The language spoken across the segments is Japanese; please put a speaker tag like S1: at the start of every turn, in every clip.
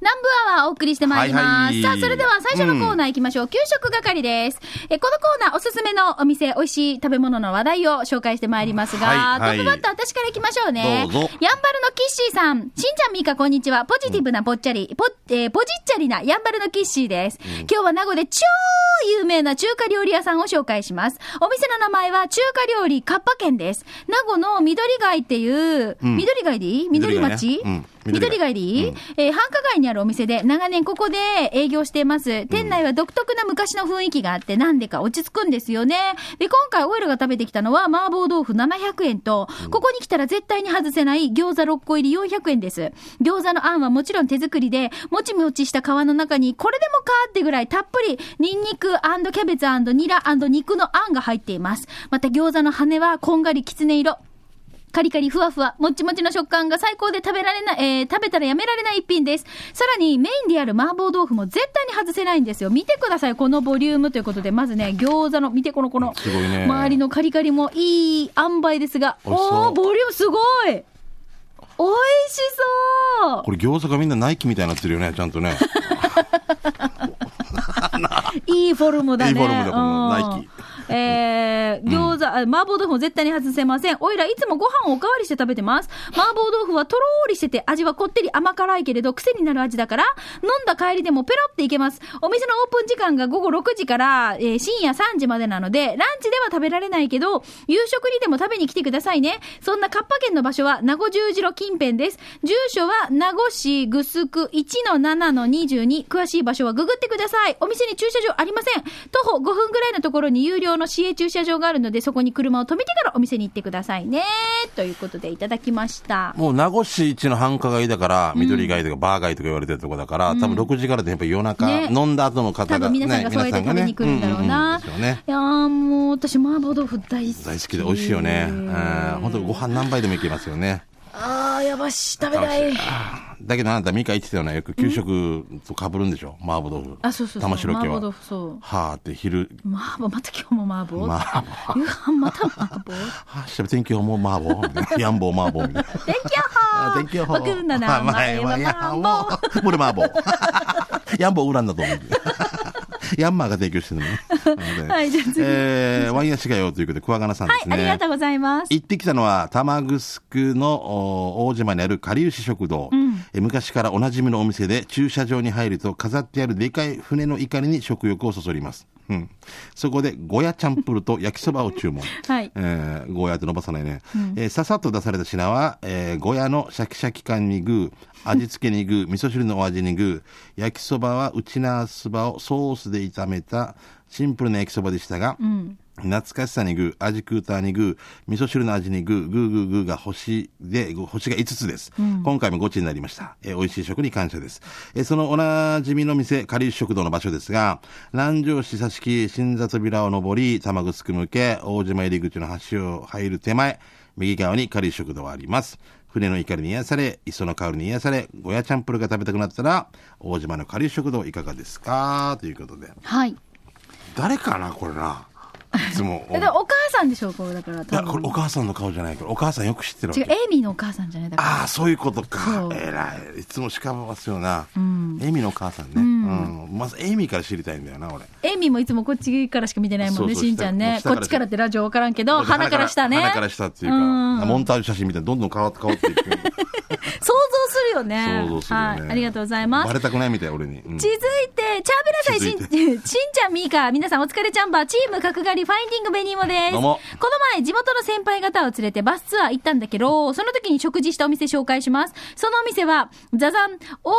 S1: 南部アワーお送りしてまいります。
S2: はいはい
S1: さあ、それでは最初のコーナー行きましょう。給食係です。え、このコーナーおすすめのお店、美味しい食べ物の話題を紹介してまいりますが、
S2: はいはい
S1: トップバッター私から行きましょうね。
S2: どうぞ
S1: ヤンバルのキッシーさん。しんちゃんみーか、こんにちは。ポジティブなぽっちゃり、ぽ、えーポジッチャリなヤンバルのキッシーです。今日は名護で超有名な中華料理屋さんを紹介します。お店の名前は中華料理カッパ軒です。名護の緑街っていう、
S2: ん
S1: 緑街でいい緑
S2: 緑街ね
S1: 町、
S2: うん
S1: 緑
S2: 緑街
S1: 街でいい、
S2: うん
S1: えー繁華街にあるお店で、長年ここで営業しています。店内は独特な昔の雰囲気があって、なんでか落ち着くんですよね。で、今回、オイルが食べてきたのは、麻婆豆腐700円と、ここに来たら絶対に外せない餃子6個入り400円です。餃子のあんはもちろん手作りで、もちもちした皮の中に、これでもかってぐらいたっぷり、ニンニクキャベツニラ肉のあんが入っています。また餃子の羽は、こんがりきつね色。カリカリふわふわ、もっちもちの食感が最高で食べられない、えー食べたらやめられない一品です。さらにメインである麻婆豆腐も絶対に外せないんですよ。見てください、このボリュームということで、まずね、餃子の、見てこのこの、
S2: すごいね
S1: 周りのカリカリもいい塩梅ですが、
S2: 美味しそう
S1: おー、ボリュームすごい美味しそう
S2: これ餃子がみんなナイキみたいになってるよね、ちゃん とね。
S1: いいフォルムだね。
S2: いいフォルムだこ
S1: う
S2: の
S1: ん
S2: ナイキ
S1: えー、餃子、あ麻婆豆腐も絶対に外せません。おいらいつもご飯をおかわりして食べてます。麻婆豆腐はとろーりしてて、味はこってり甘辛いけれど、癖になる味だから、飲んだ帰りでもペロっていけます。お店のオープン時間が午後6時から、えー深夜3時までなので、ランチでは食べられないけど、夕食にでも食べに来てくださいね。そんなカッパ県の場所は、名護十字路近辺です。住所は、名護市ぐすく1-7-22。詳しい場所はググってください。お店に駐車場ありません。徒歩5分ぐらいのところに有料の市営駐車場があるので、そこに車を止めてからお店に行ってくださいね。ということで、いただきました。
S2: もう名護市一の繁華街だから、緑街とかバー街とか言われてるとこだから、多分6時からでやっぱ夜中、
S1: ね
S2: 飲んだ後の方
S1: 多
S2: が、
S1: 分
S2: ね、
S1: 皆さんがそうやって食べに来るんだろうな。
S2: 皆さんがねんんんですよね
S1: いやーもう私、麻婆豆腐大好き。
S2: 大好きで美味しいよね。うん、本当ご飯何杯でもいけますよね。
S1: あー、やばし、食べたい。
S2: だけどあなた、ミカ言ってたよね。よく給食とかぶるんでしょ麻婆豆腐。
S1: あ、そうそうそう。
S2: 玉城
S1: 麻
S2: 家
S1: 婆豆
S2: は。
S1: 腐、そう。
S2: はあって昼、
S1: 麻婆、また今日も麻婆。
S2: 麻
S1: 夕飯また麻婆。
S2: はあ、しゃべ天気予報も麻婆みたい な。やんぼう麻婆みたいな。
S1: 天気予 報
S2: 天気予報。
S1: 僕の名前は麻婆。
S2: ー。俺麻婆。ヤンボーウランだと思う。ヤンマーが提供してるのね。
S1: はいじゃあ 次
S2: えーワイン屋市がよということで、桑原さんで
S1: はい
S2: す、ね。
S1: ありがとうございます。
S2: 行ってきたのは玉城のお大島にあるかりゆし食堂、え昔からおなじみのお店で駐車場に入ると飾ってあるでかい船の怒りに食欲をそそります、うん、そこでゴヤチャンプルと焼きそばを注文
S1: はい
S2: えーゴーヤーって伸ばさないね、えーささっと出された品は、えーゴヤのシャキシャキ感に具味付け に具味噌汁のお味に具焼きそばはウチナーそばをソースで炒めたシンプルな焼きそばでしたが、懐かしさに具味クーターに具味噌汁の味に具具具具が星で星が5つです、今回もゴチになりました、えー美味しい食に感謝です、えーそのおなじみの店かりゆし食堂の場所ですが南城市佐敷新座扉を上り玉城向け大島入り口の橋を入る手前右側にかりゆし食堂はあります船の怒りに癒され磯の香りに癒されゴヤチャンプルが食べたくなったら大島のかりゆし食堂いかがですかということで
S1: はい。
S2: 誰かなこれないつも
S1: え、でもお母さんでしょう、これだから。
S2: いや、これお
S1: 違
S2: 母さんの顔じゃないから、お母さんよく知ってるわ
S1: う、
S2: け。
S1: エイミーのお母さんじゃないだから。
S2: ああ、そういうこと
S1: そ
S2: か
S1: う。
S2: えらい。いつもしかばますよな。
S1: ん
S2: エイミのお母さんね。うん。まずエイミから知りたいんだよな、俺。
S1: エイミーもいつもこっちからしか見てないもんね、
S2: そうそう
S1: しんちゃんね。
S2: 下
S1: こ
S2: か
S1: っ
S2: ら
S1: ちからってラジオわからんけど、鼻からしたね。
S2: 鼻からしたっていうか、
S1: ん
S2: モンタージュ写真みたいにどんどん変わって変わっ てい
S1: 想像するよね。
S2: く。想像するよね
S1: はい。ありがとうございます
S2: バ。レたくないみたい、俺に。うん
S1: 続いて、チャーベラさいしん、
S2: 続い
S1: しんちゃん、みーか、皆さんお疲れチャンバー、チーム角刈り、ファインディングベニーモです。
S2: どうも
S1: この前、地元の先輩方を連れてバスツアー行ったんだけど、その時に食事したお店紹介します。そのお店は、ザザン、大宜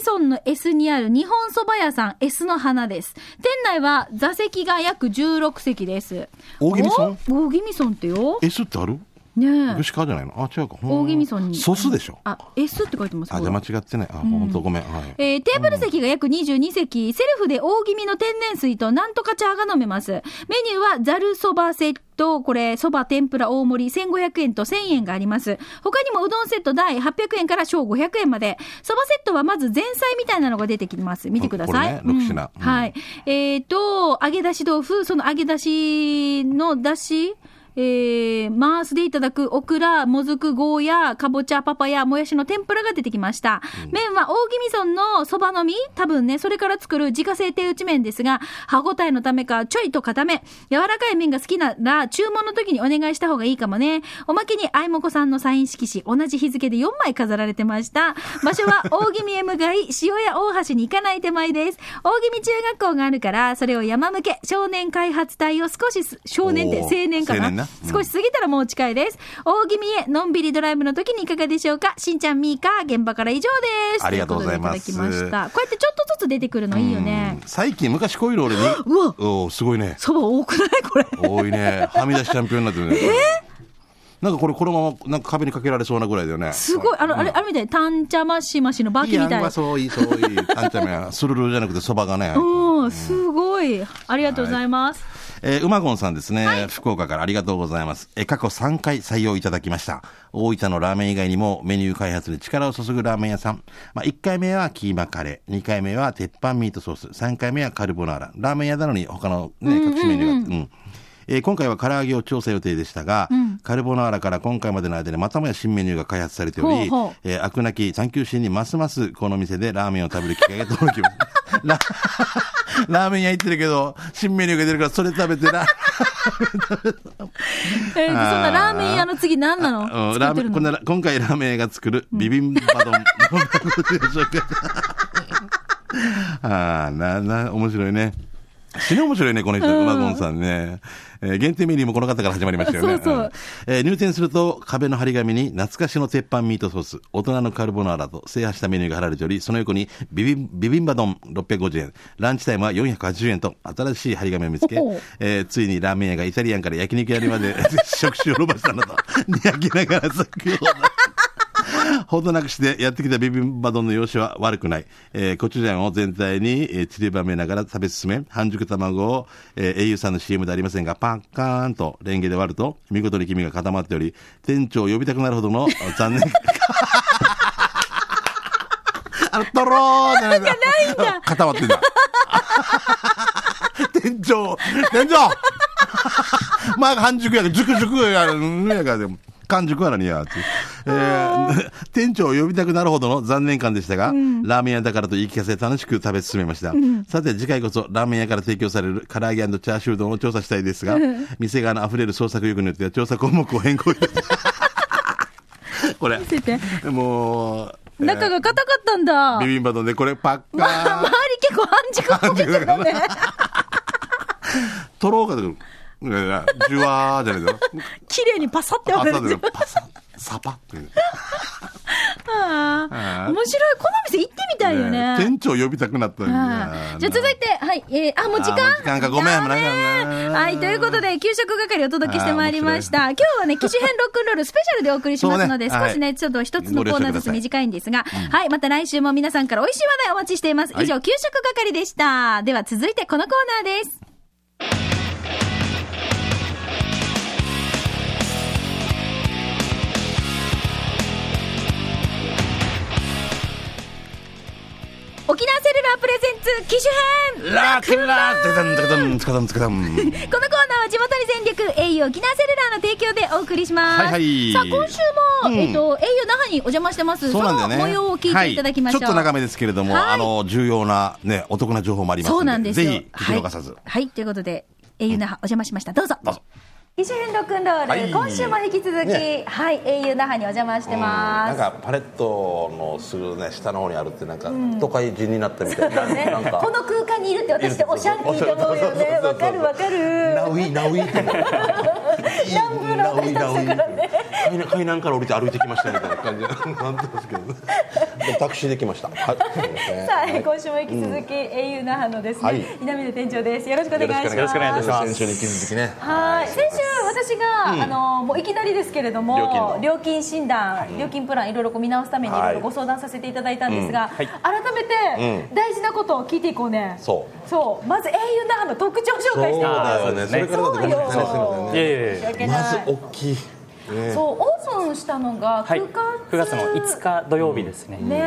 S1: 味村の S にある日本蕎麦屋さん S の花です。店内は座席が約16席です。
S2: 大宜味村
S1: お大宜味村ってよ。
S2: S ってある
S1: ねえ
S2: 具。志川じゃないのあ、違うか。ほ
S1: 大
S2: ん
S1: 宜味村に。
S2: ソスでしょ。
S1: あ、S って書いてます
S2: あ、じゃあ間違ってない。あ、ほんとごめん。はい。
S1: えーテーブル席が約22席、セルフで大気味の天然水となんとか茶が飲めます。メニューはざるそばセット、これ、そば天ぷら大盛り1500円と1000円があります。他にもうどんセット第800円から小500円まで。そばセットはまず前菜みたいなのが出てきます。見てください。
S2: これね六品
S1: うんはい。えっ、と、揚げ出し豆腐、その揚げ出しの出汁、えー、マースでいただくオクラ、もずく、ゴーヤ、かぼちゃ、パパやもやしの天ぷらが出てきました。麺は大宜味村のそばの実多分ね、それから作る自家製手打ち麺ですが、歯ごたえのためかちょいと固め。柔らかい麺が好きなら、注文の時にお願いした方がいいかもね。おまけに、あいもこさんのサイン色紙、同じ日付で4枚飾られてました。場所 は大宜味へ向かい、塩屋大橋に行かない手前です。大宜味中学校があるから、それを山向け、少年開発隊を少しす、少年って
S2: お
S1: 青
S2: ー
S1: 年かな
S2: 青年なうん
S1: 少し過ぎたらもう近いです。大宜味へのんびりドライブの時にいかがでしょうかしんちゃん、みーか、現場から以上です。
S2: ありがとうございます
S1: とうことでいただきました。こうやってちょっとずつ出てくるのいいよね。
S2: うん最近、昔こういうの俺に、
S1: うわ
S2: おーすごいね。
S1: そば多くないこれ。
S2: 多いね。はみ出しチャンピオンになってるね。なんかこれ、このまま、なんか壁にかけられそうなぐらいだよね。
S1: すごい。あの、あれ、あれみたい。タンチャマシマシのバ
S2: い
S1: キ
S2: い
S1: み
S2: あん
S1: たい
S2: は。そういい、そういい。あんちゃんや、スルルじゃなくてそばがね。
S1: うん、すごい。ありがとうございます。
S2: えー、うまごんさんですね、福岡からありがとうございます。えー、過去3回採用いただきました。大分のラーメン以外にもメニュー開発に力を注ぐラーメン屋さん。まあ、1回目はキーマカレー、2回目は鉄板ミートソース、3回目はカルボナーラ。ラーメン屋なのに他のね、各種メニューがあって。うんえー今回は唐揚げを調査予定でしたが、カルボナーラから今回までの間にまたもや新メニューが開発されており、
S1: ほうほう
S2: えー、飽くなき探求心にますますこの店でラーメンを食べる機会が届きます。 ララーメン屋行ってるけど、新メニューが出るからそれ食べてな。
S1: えー、そんなラーメン屋の次何なの
S2: うん
S1: 作
S2: ラ
S1: っ
S2: ー
S1: て
S2: メ
S1: る
S2: ンこん
S1: の
S2: な今回ラーメン屋が作るビビンバ丼の紹介。 ああ、な、な、面白いね。死ね面白いね、この人、
S1: うん
S2: マゴンさんね。えー限定メニューもこの方から始まりましたよね。
S1: そうそうん
S2: えー入店すると壁の張り紙に懐かしの鉄板ミートソース、大人のカルボナーラと制覇したメニューが貼られており、その横にビビンビビンバ丼650円、ランチタイムは480円と新しい張り紙を見つけ
S1: ほほ、
S2: えーついにラーメン屋がイタリアンから焼肉屋にまで 食種を伸ばしたなと、 にやきながら作業 ほどなくしてやってきたビビンバ丼の様子は悪くない。えーコチュジャンを全体に、えー散りばめながら食べ進め、半熟卵を、えー、au さんの CM ではありませんが、パンカーンとレンゲで割ると、見事に黄身が固まっており、店長を呼びたくなるほど の残念。あの、とろーじゃないんだ。 固まってんだ。店長、店長まあ、半熟やから、熟熟やから、うんやからでも、完熟やらにや、って。えー、 店長を呼びたくなるほどの残念感でしたが、ラーメン屋だからと言い聞かせ楽しく食べ進めました。さて、次回こそラーメン屋から提供される唐揚げチャーシュー丼を調査したいですが、店側の溢れる創作意欲によっては調査項目を変更いたし これ
S1: 見、せて。
S2: もう、えー
S1: 中が硬かったんだ。周り
S2: ビビンバ丼で、これパッカーン。
S1: 結構半熟っぽくてた ね。
S2: とろうかとじゅわーじゃないで すよ。
S1: 綺麗にパサって割れ
S2: 朝
S1: る
S2: で。パサッ、サパッて。
S1: あー
S2: あー
S1: 面白い。この店行ってみたいよね。
S2: 店長呼びたくなった
S1: はいじゃあ続いて、はい、えー、あ、もう時間
S2: あもう時間かごめん
S1: だね
S2: 村上さん
S1: はい、ということで、給食係お届けしてまいりました。今日はね、機種編ロックンロールスペシャルでお送りしますので、
S2: そうね
S1: 少しね、ちょっと一つの
S2: ご
S1: コー
S2: 了承く
S1: ナ
S2: ださ
S1: ー
S2: い
S1: ずつ短いんですが、はい、また来週も皆さんから美味しい話題お待ちしています。以上、
S2: はい
S1: 給食係でした。では続いてこのコーナーです。沖縄セルラープレゼンツ機種編
S2: ラクラデダンデダンつかダンつかダ ン。
S1: このコーナーは地元に全力 au 沖縄セルラーの提供でお送りします。
S2: はいはい
S1: さあ、今週も、
S2: うん
S1: えっと、au 那覇にお邪魔してます。
S2: そうなんだよ
S1: の
S2: ね。
S1: 模様を聞いていただきましょう。
S2: はいちょっと長めですけれども、
S1: はい
S2: あの、重要なね、お得な情報もありますので。
S1: そうなんですよ。
S2: ぜひ、聞き逃さず
S1: はい。。はい、ということで、au 那覇お邪魔しました。どうぞ。
S2: どうぞ。
S1: 機種編ロックンロール、
S2: はい
S1: 今週も引き続き、
S2: ね
S1: はい、au 那覇にお邪魔して
S2: な
S1: ま
S2: ん
S1: す。
S2: かパレットのすぐね下の方にあるってなんか都会人になったみたいな、
S1: ね、
S2: なん
S1: こ
S2: か
S1: の空間にいるって私っておしゃんティーと思うよねわかるわか
S2: ナ
S1: る
S2: ウイナウ イって
S1: 南部の私たちだからね
S2: 海南海南から降りて歩いてきましたみたいな感じ なんですけどねでもタクシーで来ましたはいすいません
S1: さあ、今週も引き続き、au 那覇のですね、
S2: はい
S1: 稲峰店長ですよろしくお願いします
S3: よろしくお願いいたしま
S2: 先
S3: す
S2: 週に引き続きね
S1: はい、先週私が、あのもういきなりですけれども
S2: 料金の
S1: 料金診断、料金プランいろいろこう見直すためにい
S2: はい
S1: ろいろご相談させていただいたんですが、
S3: はい
S1: 改めて、大事なことを聞いていこうね
S2: そう
S1: そうまず au 那覇の特徴を紹介して
S2: そう
S1: い
S2: だ
S3: だ
S2: よ
S3: よ
S2: ね
S3: ね
S2: それからだとごめんなさいねすいません
S3: い
S2: ね
S3: やいやいや
S1: 申し訳
S2: まず
S1: ない
S2: 大きいええ
S1: そう、オープンしたのが
S3: はい
S1: 9月、
S3: 9月の5日土曜日ですね、
S1: ね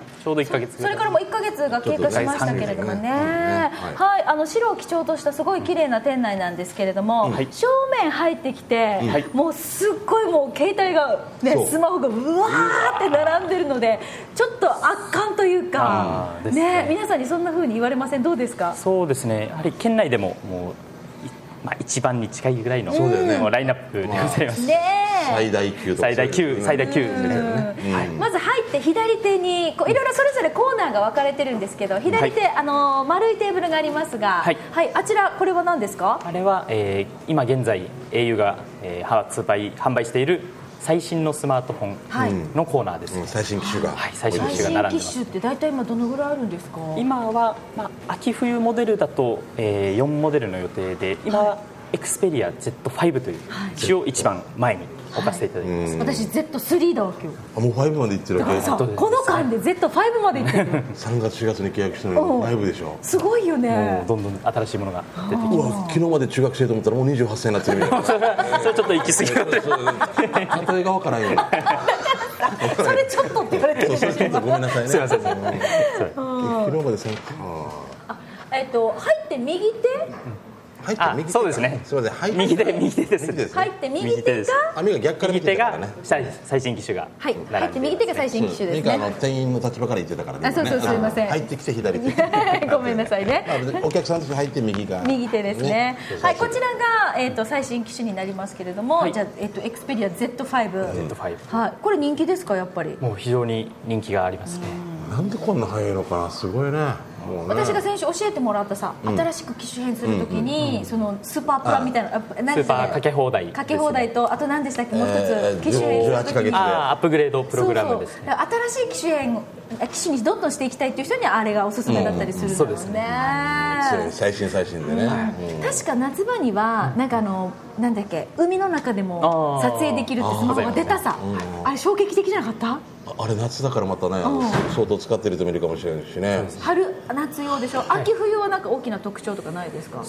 S1: え
S3: ちょうど1ヶ月ぐ
S1: そ
S3: ら
S1: れ
S3: い
S1: からもう1か月が経過しましたけれどもね
S2: ちょっと第三月ですねうん
S1: はい、あの白を基調としたすごい綺麗な店内なんですけれども、
S3: はい
S1: 正面入ってきて、
S3: はい
S1: もうすっごいもう携帯が、
S2: そ
S1: ね、
S2: う
S1: スマホがうわーって並んでるのでちょっと圧巻というか
S3: あ、
S1: ね
S3: ーですね
S1: 皆さんにそんな風に言われませんどうですか
S3: そうですねやはり県内でももう、いまあ、一番に近いぐらいの
S2: そうだよね
S3: もうラインナップでございます、
S1: ねえ
S2: 最大級とか
S3: 最大級最大級ですね、
S1: はいまず入って左手にこういろいろそれぞれコーナーが分かれてるんですけど左手、
S3: は
S1: あのー丸いテーブルがありますが、は
S3: はいい
S1: あちらこれは何ですか
S3: あれは、えー今現在 au が、えー発売販売している最新のスマートフ
S1: はい
S3: ォンのコーナーです、
S2: うん最新機種が、
S3: はい最新
S1: 最
S3: 機種
S1: 新
S3: が並んでま
S1: 機
S3: す
S1: 種って大体今どのぐらいあるんですか
S3: 今は、まあ、秋冬モデルだと、え4モデルの予定で今は、エクスペリア Z5 という機種を一番前に置かせていただいてます、
S1: 私 Z3 だわけよ
S2: あもう5までいってる
S1: だ
S2: わ
S1: から
S2: け
S1: さ
S3: そうです
S1: この間で Z5 までいってる
S2: 3月4月に契約してる
S1: う
S2: の
S1: ん
S2: にライブでしょ
S1: すごいよ
S3: も
S1: ね
S3: うどんどん新しいものが出てき
S2: うわ昨日まで中学生と思ったらもう28歳になってるみたいな
S3: てそれちょっと行き過ぎだと
S2: 例えがわからんよ
S1: それちょっとって言われて
S2: そう
S1: る
S2: それちょっとごめんなさいね
S3: すいません
S2: うん昨日まで3か
S1: えっと入って右手
S2: 入って
S3: あ
S2: 右手
S3: そうですね
S2: すみません入って
S3: 右手右手です
S2: 右手ですね
S1: 入って右手
S3: 右手です
S1: が
S2: 網が逆から見
S3: 右
S2: て
S3: 手
S2: たから
S3: が
S2: ね
S3: 最最新機種が
S1: はい
S3: 並んで
S1: 入って右手が最新機種です
S2: ミカあの
S1: ね
S2: 店員の立場から言ってたからね
S1: あそうそう
S2: 今
S1: す
S2: ね
S1: いません
S2: 入ってきて左手
S1: ごめんなさいね
S2: まあ別にお客さんとして入って右が
S1: 右手ですね
S2: そうそうそう
S1: はい、こちらが、えー、と最新機種になりますけれども、
S3: はい
S1: じゃあ、えー、と Xperia Z5、
S3: Z5
S1: はい、これ人気ですかやっぱり
S3: もう非常に人気がありますね
S2: なんでこんな早いのかなすごいねもうね
S1: 私が先週教えてもらったさ、新しく機種変するときに、そのスーパープランみたいな、あ何
S3: ス
S1: で
S3: ー
S1: した
S3: パ
S1: っ
S3: ーかけ放題
S1: かけ放題とあと何でしたっけもう一つ、
S2: えー
S1: 機種変するとき
S2: 18ヶ
S1: に
S2: 月
S3: ああアップグレードプログラムですね
S1: そうそう新しい機種変あ機種にどんどんしていきたいっていう人にはあれがおすすめだったりするんだろ
S3: うんうんそうですね
S2: そう最新最新でね、うん
S1: 確か夏場にはなんかあのなんだっけ海の中でも
S3: あ
S1: 撮
S3: ー
S1: 影できるってスマホが出たさあれ衝撃的じゃなかった
S2: ああれ夏だからまたね、
S1: うん
S2: 相当使ってる人もいるかもしれないしね
S1: 春夏用でしょ秋冬はなんか大きな特徴とかないですか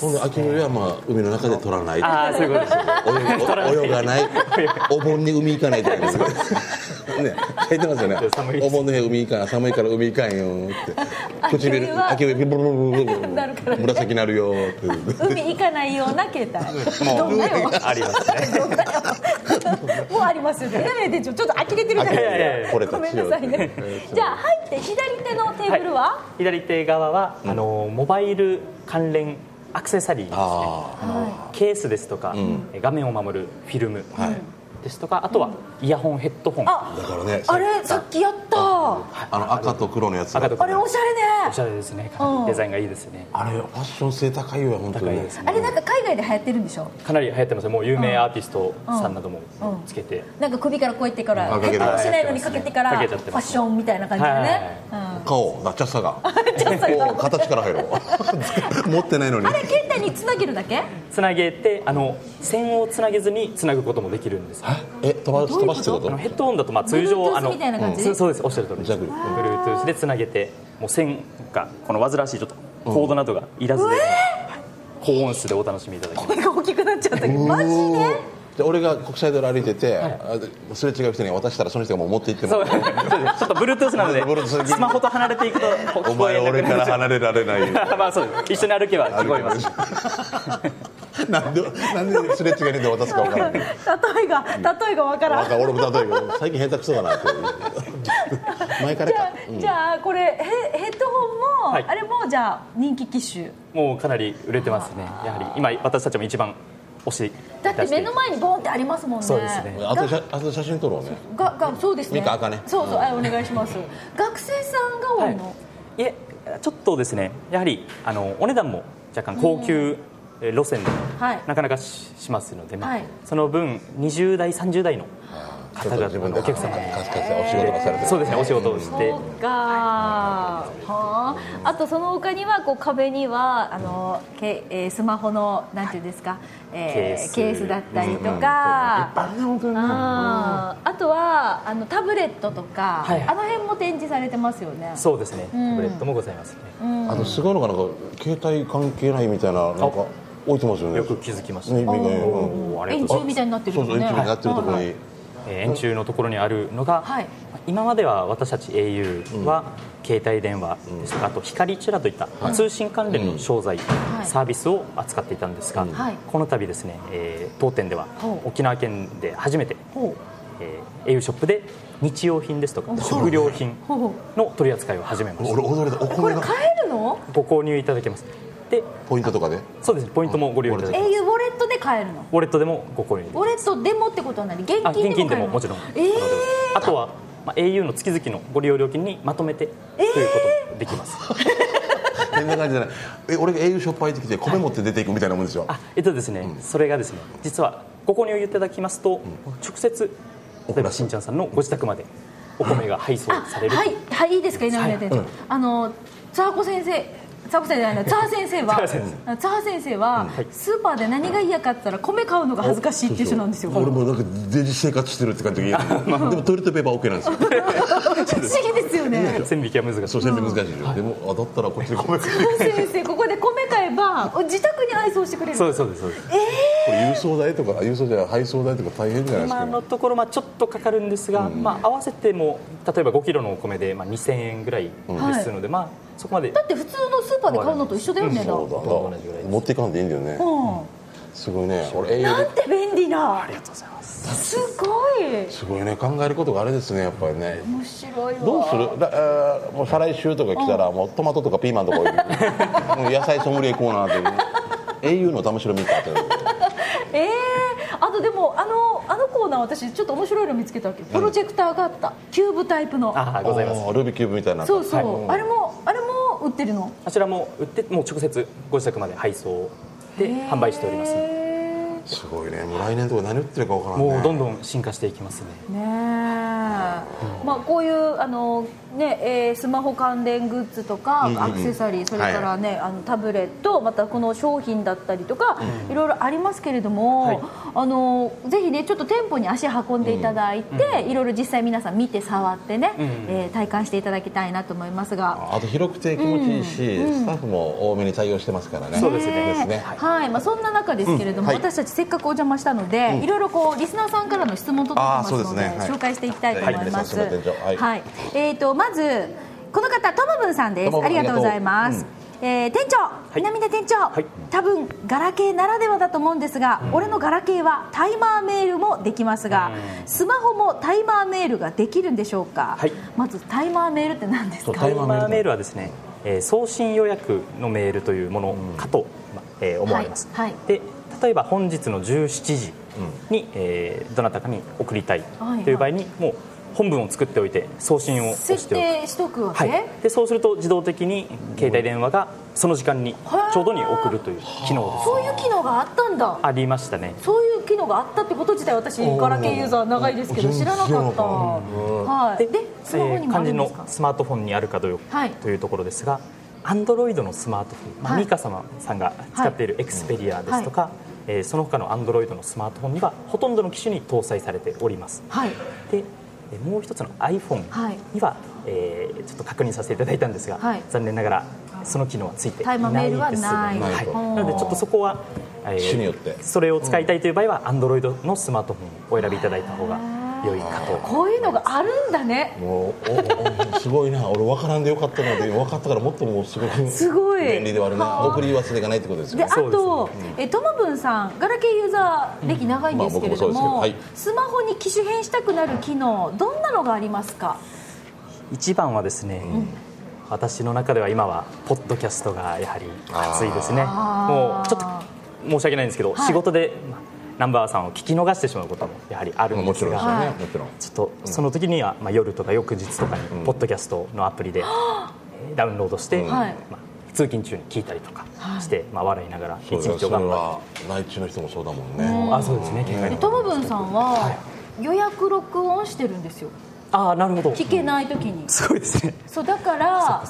S2: 今度秋冬はまあ海の中で撮らない
S3: ああそういうことです
S2: 泳泳がないお盆に海行かないとか ねね書いてますよね
S3: 寒い
S2: お盆の部海行かない寒いから海行かんよって
S1: 秋冬は
S2: 唇秋冬ブルブルブルブルブル
S1: なるからね
S2: 紫なるよって
S1: 海行かないような携帯
S3: も
S1: どんな よ
S3: うありますね
S1: どんなよもうありますよねねえ店長ちょっと呆れてるじゃない
S3: いやいやい
S1: で
S3: や
S1: す
S2: これ
S1: か
S2: たち
S1: ごめ
S2: よ
S1: んなさいねじゃあ入って左手のテーブルは、
S3: い、左手側は、あのモバイル関連アクセサリーですね
S2: あ
S3: あのケースですとか、画面を守るフィルムですとか、あとはイヤホンヘッドホン
S1: あ
S2: だからね
S1: あれさっきやったあ
S2: あの赤と黒のやつ
S3: 赤と
S1: れおしゃれ
S3: おしゃ
S1: ね
S3: れですね
S1: うん
S3: デザインがいいですね
S2: あれファッション性高いよ本当に
S3: 高いですね
S1: あれなんか海外で流行ってるんでしょ
S3: かなり流行ってますねもう有名アーティストさんなども
S1: うんうん
S3: つけて、
S1: なんか首からこうやってから
S2: あかけ
S1: ヘッ
S2: てる
S1: ドホンしないのにかけてから
S3: か
S1: フ
S3: け
S1: ァ
S3: ちゃって
S1: ッ
S3: ます
S1: ションみたいな感じでね、うん
S2: 顔だチャッサが こう形から入ろう持ってないのに
S1: あれ携帯につなげるだけ
S3: つなげてあの線をつなげずにつなぐこともできるんですよ
S2: え飛ばす飛ばすってこ
S3: あの
S2: と
S3: ヘッドホンだとまあ通常
S1: Bluetooth
S3: あの
S1: みたいな感じ
S3: うんそうそうですおっしゃる通りで
S2: ジ
S3: す
S2: ャグリ
S3: Bluetooth でつなげてもう線がこの煩わしいちょっとコードなどがいらずで、高音質でお楽しみいただけます
S1: 声が大きくなっちゃったけどマジで
S2: うーじゃあ俺が国際通り歩いてて、あですれ違う人に渡したらその人がもう持って行って
S3: そ
S2: も
S3: うそうですちょっと Bluetooth なのでスマホと離れていく と
S2: お
S3: 聞こ
S2: 前
S3: えな
S2: 俺
S3: く
S2: か
S3: な
S2: ら
S3: っちゃ
S2: 離れられないよ
S3: う まあそうです一緒に歩けば聞こえます
S2: なんでなんですれ違いにで渡すか分からない
S1: 例えが例えがわからん
S2: なんか俺も例えば最近下手くそだなって前から
S1: じ
S2: か
S1: ゃあじゃあこれヘヘッドホンも、
S3: はい
S1: あれもじゃあ人気機種
S3: もうかなり売れてますねやはり今私たちも一番推し
S1: だって目の前にボンってありますもんね
S3: そうですね
S2: あと写あと写真撮ろうね
S1: ががそうですね
S2: ミカ茜
S1: そうそう、あお願いし ます学生さんが多いの、
S3: いえちょっとですねやはりあのお値段も若干高級えー路線で
S1: はい
S3: なかなかししますので、まあ
S1: はい
S3: その分20代30代の
S2: ちょ
S3: 方
S2: っと自
S3: 々
S2: 分
S3: の
S2: で
S3: お客様で
S2: カスカスお仕事がされて
S3: そうですねお仕事をして
S1: そうか、はあ、あとその他にはこう壁にはあの、けえースマホのなんていうんですか、えーケ
S3: ケー
S1: ー
S3: ス
S1: スだったりとか、
S2: あんなこと
S1: あーあとはあのタブレットとか、
S3: はい
S1: あの辺も展示されてますよね
S3: そうですね
S1: ん
S3: タブレットもございますね
S2: あとすごいのがなんか携帯関係ないみたいななんか置いてますよね
S3: よく気づきました、
S2: ねみんなね
S3: おーあり
S1: 円
S3: がとう
S1: 柱
S3: ございます
S1: みたいになってる
S2: そうそう円柱になってるところに、
S3: えー円柱のところにあるのが、
S1: はい
S3: 今までは私たち au は携帯電話ですとか、あと光チュラといった通信関連の商材、
S1: い
S3: サービスを扱っていたんですが、
S1: はい
S3: この度ですね、えー当店では
S1: ほう
S3: 沖縄県で初めて、
S1: ほ
S3: えー、au ショップで日用品ですとか食料品
S1: うほ
S3: の取り扱いを始めました
S2: 俺驚いたお
S1: うこ
S2: 米
S1: れ
S2: が
S1: 買えるの
S3: ご購入いただけますで
S2: ポイントとかで
S3: そうですねポイントもご利用いただけます
S1: au ウォレットで買えるの
S3: ウォレットでもご購入できま
S1: ウ
S3: す
S1: ォレットでもってことは何現
S3: あ
S1: 金でも買えるの
S3: 現金でももちろん、
S1: えー
S3: あとは、まあ、au の月々のご利用料金にまとめてということもできます、
S2: 変な感じじゃないえ俺が英雄ショップ入ってきて米持って出ていくみたいなもんですよ
S3: あえっとですね、それがですね実はご購入いただきますと、直接例えばしんちゃんさんのご自宅までお米が配送
S1: あ
S3: される、
S1: はい、はい、いいですか、稲村先生。あの、ザーコ先生。ザーコ先生じゃないな、ザー先生
S3: ザ
S1: は
S3: ー先。
S1: ザー先生は
S3: はい、
S1: スーパーで何が嫌かって言ったら、米買うのが恥ずかしいっていう人なんですよ。不
S2: 俺
S1: 思
S2: もなんかデジ生活してるって感じが言えるでもトイレットペーパー OK なんですよ
S1: 議ですよね。
S3: 線引きは難しいです
S2: そう全然難しいよでもあだったらこっちで米 こ
S1: ザー先生、ここで米買えば、自宅に配送してくれ
S3: そう
S1: る。
S3: ですそうですそうです
S2: れ郵送代とか郵送じゃない配送代とか大変じゃないです
S3: 今
S2: か
S3: のところ、まあ、ちょっとかかるんですが、まあ、合わせても例えば5キロのお米で、まあ、2000円ぐらいですので、まあ、そこまで
S1: だって、普通のスーパーで買うのと一緒だよね。
S2: そうだな持っていかんでいいんだよね
S1: う
S2: すごいね俺栄
S1: ん。
S2: 養
S1: なん
S2: で
S1: て便利な
S3: あ。りがとうございます
S1: すごい。
S2: すごいね考えることがあれですねやっぱりね
S1: 面白いわ。
S2: どうするだ、えーもう再来週とか来たらもうトマトとかピーマンとか置いてくるもう野菜ソムリエコーナーという au の試しろみかって
S1: ええあとでもあのあのコーナー私ちょっと面白いの見つけたわけプロジェクターがあった、キューブタイプの
S3: あございます
S2: あールービックキューブみたいな
S1: そうそう、
S3: は
S1: あ
S3: い
S1: れもあれも売ってるの
S3: あちらも売ってもう直接ご自宅まで配送で販売しておりますので
S1: へ
S2: すごいねもう来年とか何売ってるか分からんね
S3: もうどんどん進化していきますね
S1: ーねえ、まあこういうあのね、えースマホ関連グッズとか、アクセサリーそれからね、あのタブレットまたこの商品だったりとか、いろいろありますけれども、
S3: はい
S1: あのぜひねちょっと店舗に足運んでいただいて、いろいろ実際皆さん見て触ってね、えー体感していただきたいなと思いますが。
S2: あと広くて気持ちいいし、スタッフも多めに対応してますからね
S3: そうですね
S2: ですね
S1: はい、まあ、そんな中ですけれども、
S2: うんはい
S1: 私たちせっかくお邪魔したので、いろいろこうリスナーさんからの質問とってま
S2: あー
S1: す
S2: そう
S1: の
S2: で
S1: で、
S2: すねはい
S1: 紹介していきたいと思います。
S2: はいリスナーさんの
S1: は、
S2: はいい
S1: えっ、とまずこの方トムブンさんで
S2: ト
S1: す。
S2: ムブン
S1: ありがとうございます。えー店長、
S3: い
S1: 南田店長、
S3: はい
S1: 多分ガラケーならではだと思うんですが、俺のガラケーはタイマーメールもできますが、スマホもタイマーメールができるんでしょうか、
S3: はい
S1: まずタイマーメールって何です
S2: そう
S1: か
S2: タ
S3: タ
S2: イ
S3: イ
S2: マーメール
S3: マーメールはですね、えー送信予約のメールというものかと、まえー思われます、
S1: はいはい
S3: で例えば本日の17時に、えーどなたかに送りたい
S1: はいはい
S3: という場合に、もう本文を作っておいて送信を押
S1: 設
S3: しておく
S1: 定しとくわけ、
S3: はい、でそうすると自動的に携帯電話がその時間にちょうどに送るという機能です
S1: そういう機能があったんだ
S3: ありましたね
S1: そういう機能があったってこと自体私ガラケーユーザー長いですけど知らなかった、
S2: 全然知らなか
S1: はい、でスマホにもあるんですか
S3: えー肝心のスマートフォンにあるかどうか、
S1: はい
S3: というところですが Android のスマートフォン、まあ
S1: はい
S3: ミカ様さんが使っている Xperia ですとか、えーその他の Android のスマートフォンにはほとんどの機種に搭載されております
S1: はい
S3: でえーもう一つの iPhone
S1: はい
S3: には、えーちょっと確認させていただいたんですが、
S1: はい
S3: 残念ながらその機能はついてい
S1: タ
S3: な
S1: イ
S3: い
S1: マーメールは
S3: ですね
S1: ない
S2: ない
S3: はい
S2: と
S3: なのでちょっとそこは、えー
S2: 機種によって
S3: それを使いたいという場合は Android のスマートフォンをお選びいただいた方が良いかと
S1: こういうのがあるんだね
S2: もうおおすごいな俺分からんでよかったので分かったからもっともうすごく
S1: すごい
S2: 便利ではあるな送り忘れがないってことです
S1: で
S2: よ
S1: あ
S2: ね
S1: と、えトムブンさんガラケーユーザー歴長いんですけれども,、
S2: まあ僕もそうです
S1: スマホに機種変したくなる機能どんなのがありますか
S3: 一番はですね、私の中では今はポッドキャストがやはり熱いですねもうちょっと申し訳ないんですけど、
S1: はい
S3: 仕事でまあナンバーさんを聞き逃してしまうこともやはりある
S2: まあ
S3: ん
S2: もち
S3: です
S2: ろんで
S3: が、
S2: すよね、もちろん
S3: ちょっとその時には、まあ、夜とか翌日とかにポッドキャストのアプリで、えーダウンロードし
S1: は
S3: て、
S1: い
S3: まあ、通勤中に聞いたりとかして、まあ、笑いながら一
S2: そうだ
S3: 日
S2: そ
S3: を
S2: れ
S3: 頑張
S2: は内地の人もそうだもんね
S3: るあそうですね、
S1: でトムブンさんは予約録音してるんですよ
S3: ああなるほど
S1: 聞けない時に
S3: すごいですね
S1: そうだから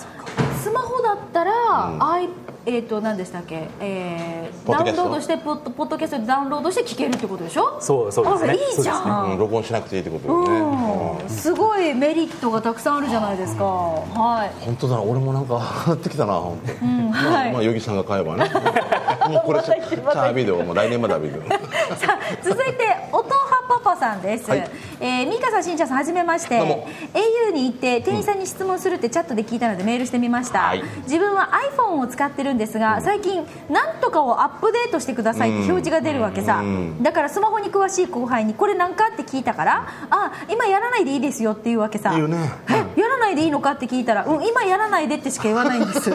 S1: スマホだったら、アイえっ、と何でしたっけ、えー
S2: ポッ
S1: ダ
S2: ド
S1: ウ
S2: キャ
S1: ン
S2: スト
S1: ロードしてポッドポッドキャストでダウンロードして聞けるってことでしょ
S3: そうそうですね
S1: あらいいじゃ
S2: うんん録音しなくていいってことだ
S1: う
S2: よね、
S1: んすごいメリットがたくさんあるじゃないですかはい
S2: 本当だな俺もなんか上がってきたな本当、
S1: はい
S2: まあ余木さんが買えばねもうこれチ
S1: また
S2: ャチ
S1: 行ってまた行って
S2: ャービデオもう来年までビデオ
S1: さあ続いて音羽パパさんです、
S2: はい
S1: えー、ミカさんしんちゃんさんはじめまして
S2: どうも
S1: au に行って店員さんに質問するってチャットで聞いたのでメールしてみました、
S2: はい
S1: 自分は iPhone を使ってるんですが最近なんとかをアップデートしてくださいって表示が出るわけさ、だからスマホに詳しい後輩にこれなんかって聞いたからあ今やらないでいいですよっていうわけさ
S2: いいよね
S1: えやらないでいいのかって聞いたら、うん、今やらないでってしか言わないんです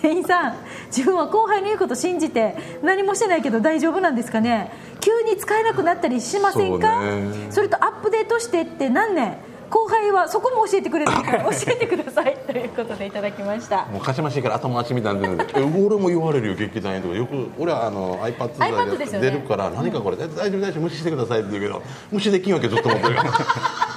S1: 店員さん自分は後輩の言うこと信じて何もしてないけど大丈夫なんですかね急に使えなくなったりしませんか
S2: そう
S1: そ,、
S2: ね
S1: れとアップデートしてって何年後輩はそこも教えてくれないから教えてくださいということでいただきました
S2: もうかしましいから頭足みたいに なってるんでえ俺も言われるよ劇団員とかよく俺はあの iPad 代
S1: iPad ですよね
S2: 出るから何かこれ、大丈夫大丈夫無視してくださいって言うけど無視できんわけずっと思ってるから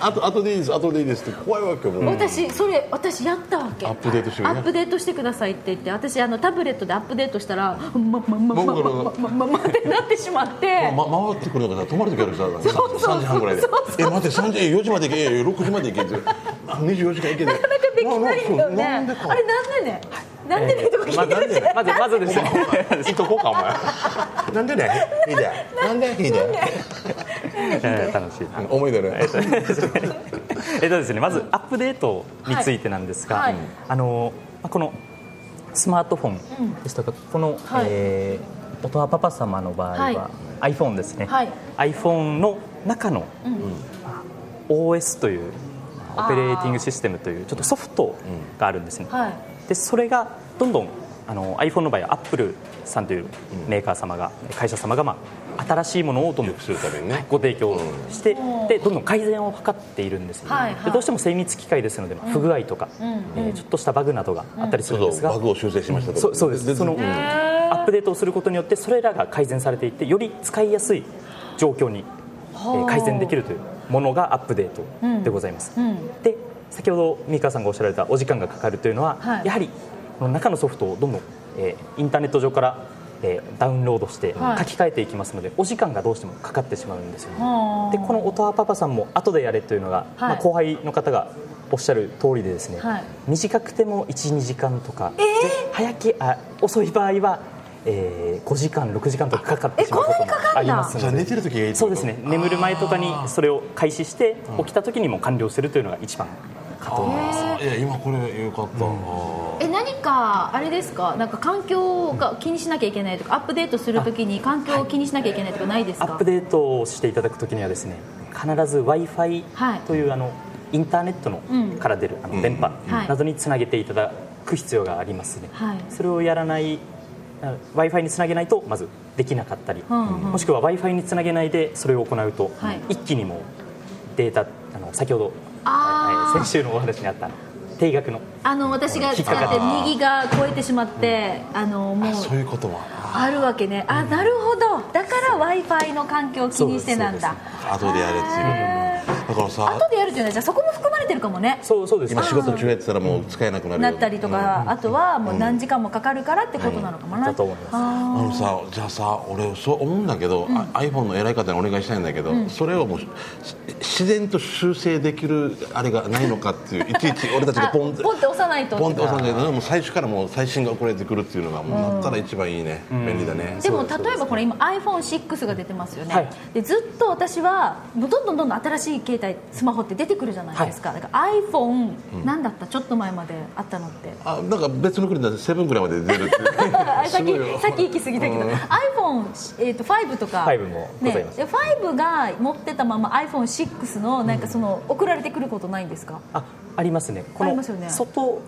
S2: あとあとでいいですあとでいいですって怖いわけよもう、
S1: 私それ私やったわけ
S2: アップデートしてくれ
S1: アップデートしてくださいって言って私あのタブレットでアップデートしたらままままままままままってなってしまって
S2: ま、回ってくるのがさ止まる時あるさ
S1: そうそう
S2: 3時半ぐらいで
S1: そう
S2: 「え待って3時え4時まで行けえ6時まで行け」ってあ24時間行け」なか
S1: なかできないんだよね
S2: なんでか
S1: あれなんでねなんでねとか聞いてるし、
S3: まずまずですね
S2: 行っとこうかお前なんでねいいでなんでいいで
S3: えー楽しいな
S2: 思い出ね
S3: えっとですね、まずアップデートについてなんですが、
S1: はい
S3: あのまあこのスマートフォンですとか、この、
S1: はい
S3: えー、音羽パパ様の場合は、iPhone ですね、
S1: はい
S3: iPhone の中の、OS というオペレーティングシステムというちょっとソフトがあるんですね、
S1: はい
S3: でそれがどんどんあの iPhone の場合は Apple さんというメーカー様が、会社様が、まあ、新しいものをどんどん
S2: するためにね
S3: ご提供して、でどんどん改善を図っているんですよね、
S1: はいはい
S3: でどうしても精密機械ですので、まあ不具合とか、えーちょっとしたバグなどがあったりす
S2: ちょ
S3: る
S2: っ
S3: んで
S2: と
S3: すが、
S2: バグを修正しましたとか
S3: そうそうですそのアップデートをすることによってそれらが改善されていってより使いやすい状況に、えー改善できるというものがアップデートでございます、で先ほど三川さんがおっしゃられたお時間がかかるというのは、
S1: はい
S3: やはりこの中のソフトをどんどん、えーインターネット上から、えーダウンロードして書き
S1: はい
S3: 換えていきますので、お時間がどうしてもかかってしまうんですよね、でこの音羽パパさんも後でやれというのが、まあ後輩の方がおっしゃる通りでですね、
S1: はい
S3: 短くても12時間とか、で早きあ遅い場合は、えー5時間6時間とかかかってしまうこともあります
S2: じゃあ
S3: の
S2: 寝
S3: で
S2: てる時がいい
S3: そうですね眠る前とかにそれを開始して起きた時にもう完了するというのが一番かと思います
S2: いや今これよかった、
S1: え何かあれですかなんか環境が気にしなきゃいけないとかアップデートするときに環境を気にしなきゃいけないとかないです
S3: ア
S1: か
S3: ップデートをしていただく時にはですね必ず w i f i
S1: はい
S3: というあのインターネットの
S1: うん
S3: から出るあの電波
S1: はい
S3: などにつなげていただく必要がありますね、
S1: はい
S3: それをやらない w i f i につなげないとまずできなかったり、
S1: うんうん
S3: もしくは w i f i につなげないでそれを行うと、
S1: はい
S3: 一気にもうデータあの先ほど、
S1: あー
S3: えー先週のお話にあった定額の
S1: あの私が使っ
S3: 引っか
S1: て
S3: か
S1: 右が超えてしまってあのもう
S2: そういうことは
S1: あるわけねあなるほどだから w i f i の環境を気にしてなんだ
S3: そ
S2: 後
S3: うで
S2: でやれっていうだからさ
S1: 後でやるじゃないじゃあそこも含まれてるかもね
S3: そうそうです
S2: 今仕事中やってたらもう使えなくなるよ
S1: なったりとかあとはもう何時間もかかるからってことなのかもな
S3: だと思います
S2: あのさじゃあさ俺そう思うんだけど、あ iPhone の偉い方にお願いしたいんだけど、それをもうし自然と修正できるあれがないのかっていういちいち俺たち
S1: あ
S2: がポ
S1: ポン
S2: ンっ
S1: ってて押さないと
S2: ポンって押さんじゃないもう最初からもう最新が送られてくるっていうのがもうなったら一番いいね、便利だね、
S1: でも例えばこれ今 iPhone6 が出てますよね、
S3: はい
S1: でずっと私はもうどんどんどんどん新しい携帯スマホって出てくるじゃないですか、だから iPhone なんだった、ちょっと前まであったのって
S2: あなんか別の国だってセブンぐらいまで出るっていう
S1: あさっ
S2: すご
S1: き
S2: いよ
S1: さっき行き過ぎたけど、iPhone、えー、と5とか
S3: 5もございます
S1: ね、で5が持ってたまま iPhone6 のなんかその、送られてくることないんですか
S3: あありますねこ
S1: あり
S3: の
S1: ますよね
S3: 外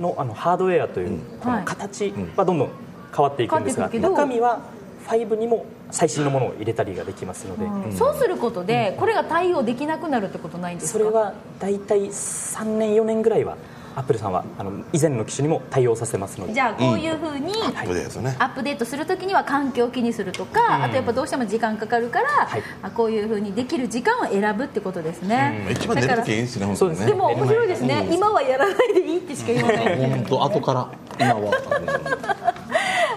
S3: のあのハードウェアというこ
S1: は
S3: の
S1: い
S3: 形はどんどん変わっていくんです
S1: 変わ
S3: が
S1: っていくけど
S3: 中身は5にも最新のものを入れたりができますので
S1: そうすることでこれが対応できなくなるってことないんです
S3: そ
S1: か
S3: れは大体3年4年ぐらいはアップルさんはあの以前の機種にも対応させますので
S1: じゃあこういうふうに、
S2: アップデートね
S1: アップデートするときには環境を気にするとか、あとやっぱどうしても時間かかるから、
S3: はい
S1: あこういうふうにできる時間を選ぶってことですね、
S2: 一番
S1: だ
S2: 出
S1: か
S2: る
S1: ら
S2: 時いいですね本
S3: そ
S2: 当
S3: う
S2: に
S3: です
S2: ね
S1: でも面白いですね、今はやらないでいいってしか言わない
S2: 本当後から今は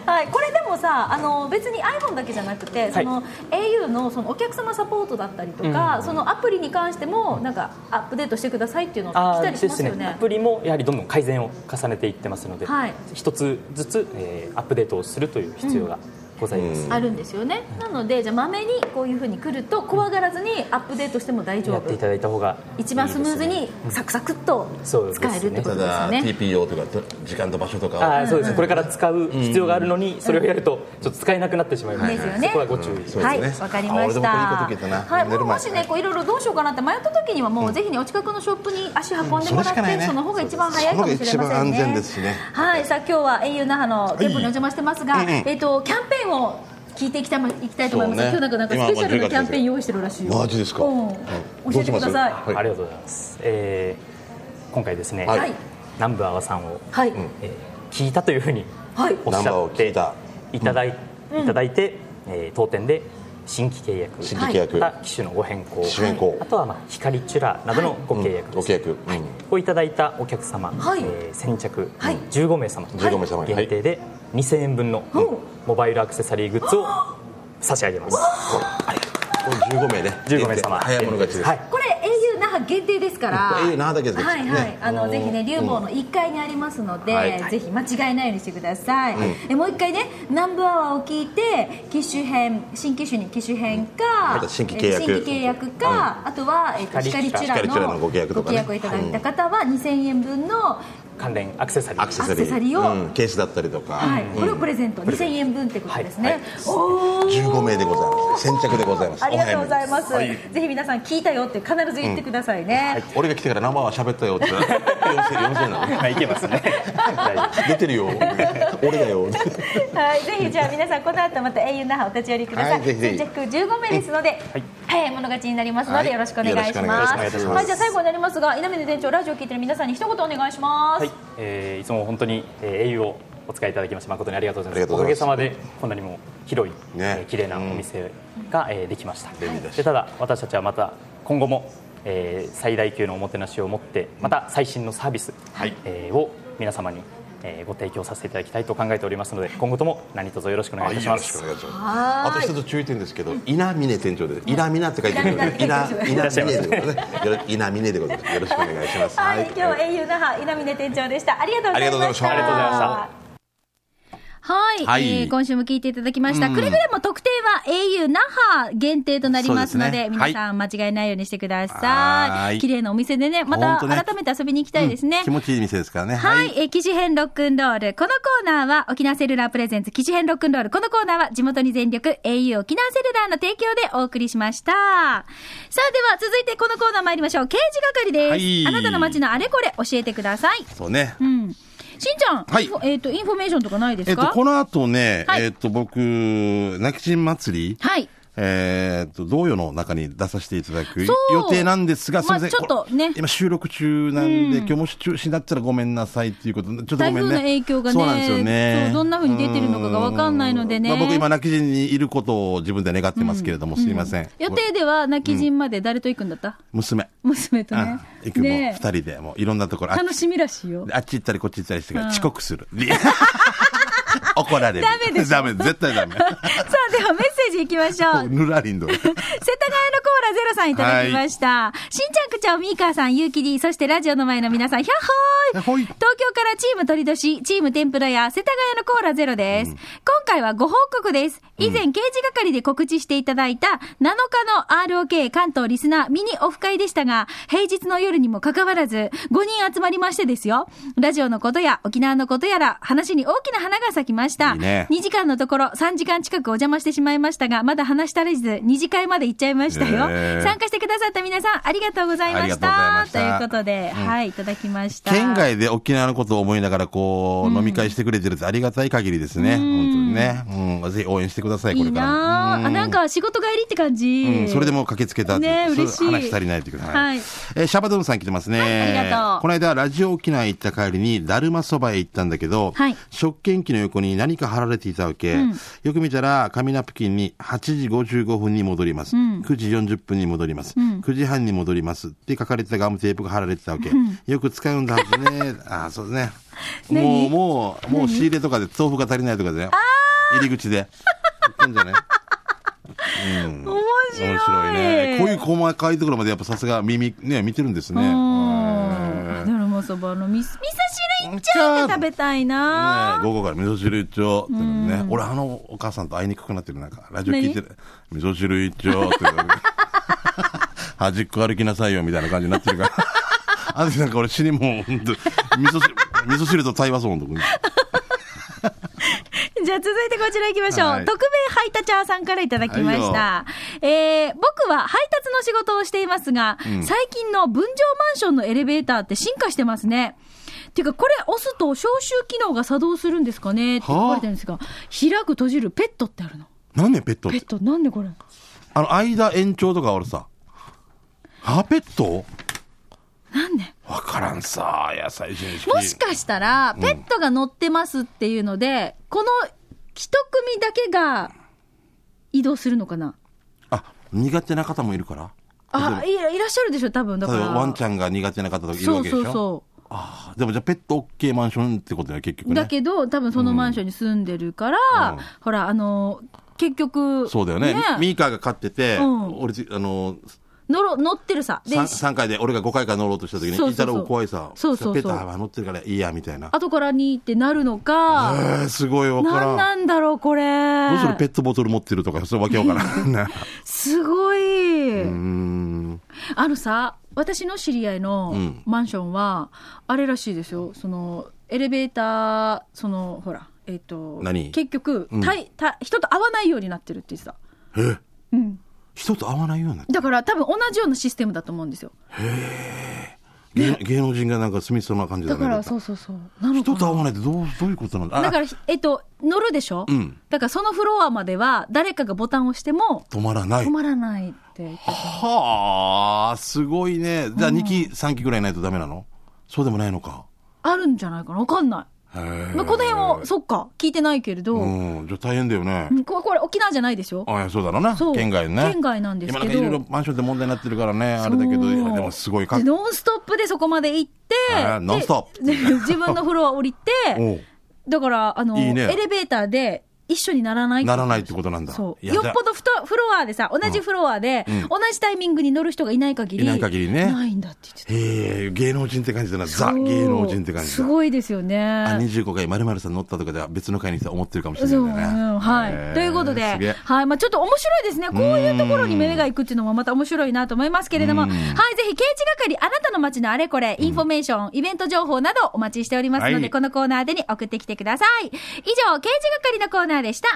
S4: はい、これでもさあの別に iPhone だけじゃなくて、
S3: い
S4: その au のそのお客様サポートだったりとか、そのアプリに関してもなんかアップデートしてくださいっていうのが
S3: あ
S4: 来た
S3: ー
S4: りし
S3: で
S4: ますすよ
S3: ねア
S4: ね。
S3: プリもやはりどんどん改善を重ねていってますので、
S4: はい
S3: 一つずつ、えーアップデートをするという必要がございます、
S4: あるんですよねなのでじゃあまめにこういうふうに来ると怖がらずにアップデートしても大丈
S3: やって
S4: 夫
S3: いただいた方がいいで
S4: 一
S3: すね
S4: 番スムーズにサクサクっと
S3: そうですね
S4: 使えるってこ
S5: た
S4: とですよ
S5: だ
S4: ね
S5: TPO とかと時間と場所とか
S3: あ
S5: は
S3: ーそうですこれから使う必要があるのにそれをやるとちょっと使えなくなってしまいます
S4: ですよね
S3: そこはご注意
S5: そう
S4: はい、
S5: で
S4: わ
S5: すね
S4: かりました。
S5: あ俺でもこれいいこと聞いたな
S4: はい、も
S5: 寝
S4: う
S5: る
S4: も
S5: 前
S4: しね、こういろいろどうしようかなって迷った時には、もうぜひね、お近くのショップに足運んでもらっ
S5: それしかない
S4: て、
S5: ね
S4: その方が一番早いかもしれませ
S5: そ
S4: んね。
S5: の方が一番安全ですしね
S4: はい、さあ、今日は au 那覇の店舗にお邪魔してますが、
S5: はいうんうん
S4: えっと、キャンペーンを。聞いていきたいいきたいと思います、
S5: そうね
S4: 今日なんかなんかスペシャルなキャンペーン用意してるらしいよ
S5: マジですか
S4: うん
S5: はい
S4: 教えてく
S5: どうしま
S4: ださい
S5: すはい
S3: ありがとうございます、えー今回ですね、
S5: はい
S4: はい
S3: 南部阿波さんを、
S4: はい、
S3: えー聞いたというふうに
S4: はい
S3: おっし
S5: ナンバー
S3: ゃ
S5: を
S3: っ
S5: 聞
S3: て
S5: いた
S3: いただい,、いただいて、えー当店で新規契約
S5: 新規契約
S3: また機種のご変更
S5: 機種変更
S3: あとは、まあ、光チュラなどのご契約
S5: ご
S3: です、
S5: 契約うん
S3: をいただいたお客様、
S4: はい
S3: えー先着
S4: はい
S3: 15名様
S5: 15名様に
S3: 限定で2000円分の
S4: うん
S3: モバイルアクセサリーグッズを差し上げます
S5: これ15名ね
S3: 15名様
S5: 早い者勝ちです
S3: はい
S4: これ au 那覇限定ですから
S5: au 那覇だけですね
S4: はいはい
S5: ね
S4: あのぜひね竜坊の1階にありますので、
S5: はい
S4: ぜひ間違えないようにしてください、えもう1回ね南部アワーを聞いて機種編新機種に機種編か、
S5: あと新規契約
S4: えー新規契約か、あとは、えっと
S3: 光
S4: 光チュ
S5: 光チュ
S4: ラ
S5: ラ
S4: の
S5: のご契約とかね
S4: ごをいただいた方は2000円分の、
S3: 関連アクセサリ
S5: アクセ
S3: ー
S5: サリー
S4: アクセサリーを
S5: うんケースだったりとか
S4: はい
S5: うん
S4: これをプレゼント2000円分ってことですね、
S3: はいはい
S4: おー
S5: 15名でございます先着でございます
S4: ありがとうございます、
S5: お早めに
S4: ぜひ皆さん聞いたよって必ず言ってくださいね、
S5: はい俺が来てからナンバーは喋ったよって4000 4000なの
S3: まあいけます ね大丈夫
S5: 出てるよ俺だよ
S4: はい、ぜひじゃあ皆さんこの後また au 那覇お立ち寄りください。
S5: はいぜひぜひ
S4: 先着15名ですので、
S3: はい
S4: 早い者勝ちになりますの
S5: は
S4: で
S5: い
S4: よろしくお願いし
S5: よろ
S4: ま
S5: し
S4: す。
S5: くお願いします
S4: はい、じゃあ最後になりますが、稲峰店長ラジオ聞いてる皆さんに一言お願いします。
S3: はい、えーいつも本当に、えー、英雄をお使いいただきまして誠にありがとうございま
S5: あり
S3: す
S5: がとうございます
S3: おかげさまでこんなにも広い、
S5: ね
S3: えー綺麗なお店が、えーできました
S5: 便利だし
S3: でただ私たちはまた今後も、えー最大級のおもてなしを持ってまた最新のサービス、
S5: はい
S3: えーを皆様に、えーご提供させていただきたいと考えておりますので今後とも何卒よろしくお願いいたし
S5: よ
S3: ま
S5: ろしくお
S3: す
S5: 願いし
S4: は
S5: ま
S4: ーい
S5: す。あと一つ注意点ですけど、稲峰店長で、稲峰って書いてある
S4: 稲
S5: 稲
S4: 峰って書いてある
S5: 稲峰でございますね。よろ稲峰でございます。よろしくお願いします。
S4: はい、今日は au 那覇稲峰店長でした。ありがとうござ
S5: あ
S4: いました。
S5: りがとうございましたありがとうございま
S3: した
S1: はい、
S2: はい
S1: えー今週も聞いていただきました。くれぐれも特典は au 那覇限定となりますので、
S2: そうですね
S1: 皆さん間違いないようにしてくだ
S2: は
S1: さ
S2: ー
S1: い。
S2: い
S1: 綺麗なお店でね、また
S2: ほんとね
S1: 改めて遊びに行きたいですね。
S2: 気持ちいい店ですからね。
S1: はい、えー、機種編ロックンロール。このコーナーは、沖縄セルラープレゼンツ機種編ロックンロール。このコーナーは、地元に全力、au 沖縄セルラーの提供でお送りしました。さあ、では、続いてこのコーナー参りましょう。刑事係です。
S2: はい
S1: あなたの街のあれこれ教えてください。
S2: そうね。
S1: うん。しんちゃん、
S2: はい
S1: インフォえっ、と、インフォメーションとかないで
S2: え
S1: す
S2: っと、
S1: か、
S2: この後ね、
S1: はい
S2: えっと、僕、泣き人祭り、
S1: はい。
S2: えっと、同様の中に出させていただく予
S1: そう
S2: 定なんですが、すみませ
S1: まあ
S2: ん。
S1: ちょっと
S2: これ
S1: ね
S2: 今収録中なんで、今日もし中止になったらごめんなさいっていうことで、ちょっと
S1: 台
S2: ごめんね。
S1: 風の影響がね
S2: そうなんですよね
S1: そ。うどんな風に出てるのかがわかんないのでね
S2: うんまあ僕今、泣き人にいることを自分で願ってますけれども、すみません。
S1: 予定では、泣き人まで誰と行くんだった、
S2: 娘。
S1: 娘と
S2: う
S1: ね
S2: ん。行くも二
S1: ねえ
S2: 人で、もういろんなところ、あっち
S1: 楽しみらしいよ。
S2: あっち行ったりこっち行ったりしてから遅刻する。 怒られる。
S1: ダメでしょ
S2: ダメ、絶対ダメ。
S1: さあ、 ではメッセージ行きましょう。
S2: ぬらりんど。
S1: 世田谷のコーラゼロさんいただきました。しんちゃんくちゃん、みーかーさん、ゆうきり、そしてラジオの前の皆さん、ひゃっほーい。
S2: ほい
S1: 東京からチーム鳥年、チーム天ぷらや世田谷のコーラゼロです。今回はご報告です。以前、刑事係で告知していただいた7日の ROK 関東リスナーミニオフ会でしたが、平日の夜にもかかわらず、5人集まりましてですよ。ラジオのことや沖縄のことやら、話に大きな花が咲きました。
S2: いいね
S1: 2時間のところ3時間近くお邪魔してしまいましたが、まだ話し足りず、2次会まで行っちゃいましたよ。
S2: へー
S1: 参加してくださった皆さん、ありがとうございま
S2: あり
S1: し
S2: がとうござい
S1: た
S2: ま。し
S1: とい
S2: た
S1: うことで、はい、いただきました。
S2: 県外で沖縄のことを思いながら、こう、飲み会してくれてるってありがたい限りですね。本当にね。うん。ぜひ応援してください、
S1: い
S2: こ
S1: い
S2: れからも。
S1: な
S2: うん
S1: ああ、なんか仕事帰りって感じ。
S2: うん、それでもう駆けつけたって
S1: ね
S2: それ
S1: 嬉しい
S2: 話足りないということ
S1: はい
S2: えーシャバドゥンさん来てますね、
S1: いありがとう
S2: この間ラジオ沖縄行った帰りにだるまそばへ行ったんだけど、
S1: はい
S2: 食券機の横に何か貼られていたわけ、よく見たら紙ナプキンに8時55分に戻ります、9時40分に戻ります、9時半に戻りますって書かれてたガムテープが貼られてたわけ、よく 使うんだはずねああそうねもうもうもう仕入れとかで豆腐が足りないとかでね入り口で。行くんじゃないうん、面白いねこういう細かいところまでやっぱさすが耳ね見てるんですね
S1: うん。だるまそばのみ味噌汁いっちゃうが食べたい
S2: ね
S1: な。
S2: 午後から味噌汁一丁ってのね、俺あのお母さんと会いにくくなってるなんかラジオ聞いてる味噌汁一丁って言うの端っこ歩きなさいよみたいな感じになってるからあの時なんか俺死にもう本当味噌汁味噌汁と対話そうのとこに
S1: じゃあ続いてこちら行きましょう。
S2: はい
S1: 匿名ハイタチャーさんからいただきました。えー、僕は配達の仕事をしていますが、最近の分譲マンションのエレベーターって進化してますね。っていうか、これ押すと消臭機能が作動するんですかねって言われてるんですが、開く閉じるペットってあるの。
S2: 何ねペットっ
S1: ペ
S2: て
S1: ット、なんでこれ
S2: あの間延長とか俺さはペット
S1: なんで
S2: わからんさ野菜新式
S1: もしかしたら、ペットが乗ってますっていうので、この一組だけが移動するのかな
S2: あ苦手な方もいるから
S1: あ、いらいらっしゃるでしょ、多分。だ
S2: 例
S1: か
S2: え
S1: ら。
S2: ばワンちゃんが苦手な方とかいる
S1: そ
S2: わ
S1: う
S2: けでしょ
S1: そうそう。
S2: あーでもじゃあペット OK マンションってことだよ結局ね
S1: だけど、多分そのマンションに住んでるから、
S2: うん
S1: ほら、あの、結局、
S2: そうだよねミーカーが飼ってて、
S1: うん
S2: 俺じあの
S1: 乗ろ乗ってるさ。で、
S2: 3, 回で俺が5回から乗ろうとした時に
S1: そうそうそう
S2: いたろう怖いさ
S1: そうそうそう
S2: ペットは乗ってるからいいやみたいな
S1: 後からにってなるの
S2: え
S1: か、
S2: ー、すごいわか
S1: なん
S2: ら
S1: なんんだろう、これ。
S2: どうするペットボトル持ってるとかそういうわけわから んな
S1: すごい。
S2: うーん
S1: あのさ、私の知り合いの
S2: うん
S1: マンションは、あれらしいですよ、そのエレベーター、そのほら、えっ、と、
S2: 何
S1: 結局、
S2: うん
S1: たいた、人と会わないようになってるって言ってた。
S2: え
S1: うん、
S2: 人と会わないようになって
S1: だから、多分同じようなシステムだと思うんですよ。
S2: 芸芸能人がなんか住みそうな感じだ
S1: だ
S2: ね
S1: から、
S2: なん
S1: そうそうそう。なのか
S2: 人
S1: な
S2: と会わないってどうどういうことなんだあ
S1: だから、えっ、と、乗るでしょ、
S2: うん
S1: だから、そのフロアまでは、誰かがボタンを押しても、
S2: 止まらない
S1: 止まらないって言ってた
S2: はあすごいねじゃあ2期3期ぐらいないとダメなのそうでもないのか
S1: あるんじゃないかなわかんない。
S2: へえ
S1: まあ、この辺も、そっか、聞いてないけれど、
S2: うんじゃあ大変だよね
S1: うんここれ、沖縄じゃないでしょ
S2: あいやそうだろうな
S1: そう
S2: 県外ね
S1: 県外なんですけど
S2: 今なんかいろいろマンションで問題になってるからねあれだけどいやでもすごいか
S1: でノンストップでそこまで行って
S2: あー、
S1: で
S2: ノンストップ
S1: で自分のフロア降り
S2: お
S1: て、
S2: う
S1: だから、あの、
S2: いいね
S1: エレベーターで一緒にならない
S2: ならないってことなんだ
S1: そう。
S2: いや
S1: よっぽどふとフロアでさ、同じフロアで、
S2: ん
S1: 同じタイミングに乗る人がいない限り、
S2: いない限りね
S1: ないんだって言ってた。
S2: へえ芸能人って感じだなザ
S1: そう
S2: 芸能人って感じ
S1: す
S2: だ
S1: ごいですよね。
S2: あ25回○○さん乗ったとかでは別の回にさ思ってるかもしれない
S1: そう、
S2: んだよね
S1: うんは
S2: へえ
S1: い。ということです
S2: げえ、
S1: はい。まあちょっと面白いですね。こういうところに目が行くっていうのもまた面白いなと思いますけれども、はい。ぜひ、刑事係、あなたの街のあれこれ、インフォメーション、イベント情報などお待ちしておりますので、
S2: はい
S1: このコーナーでに送ってきてください。以上、刑事係のコーナーでした。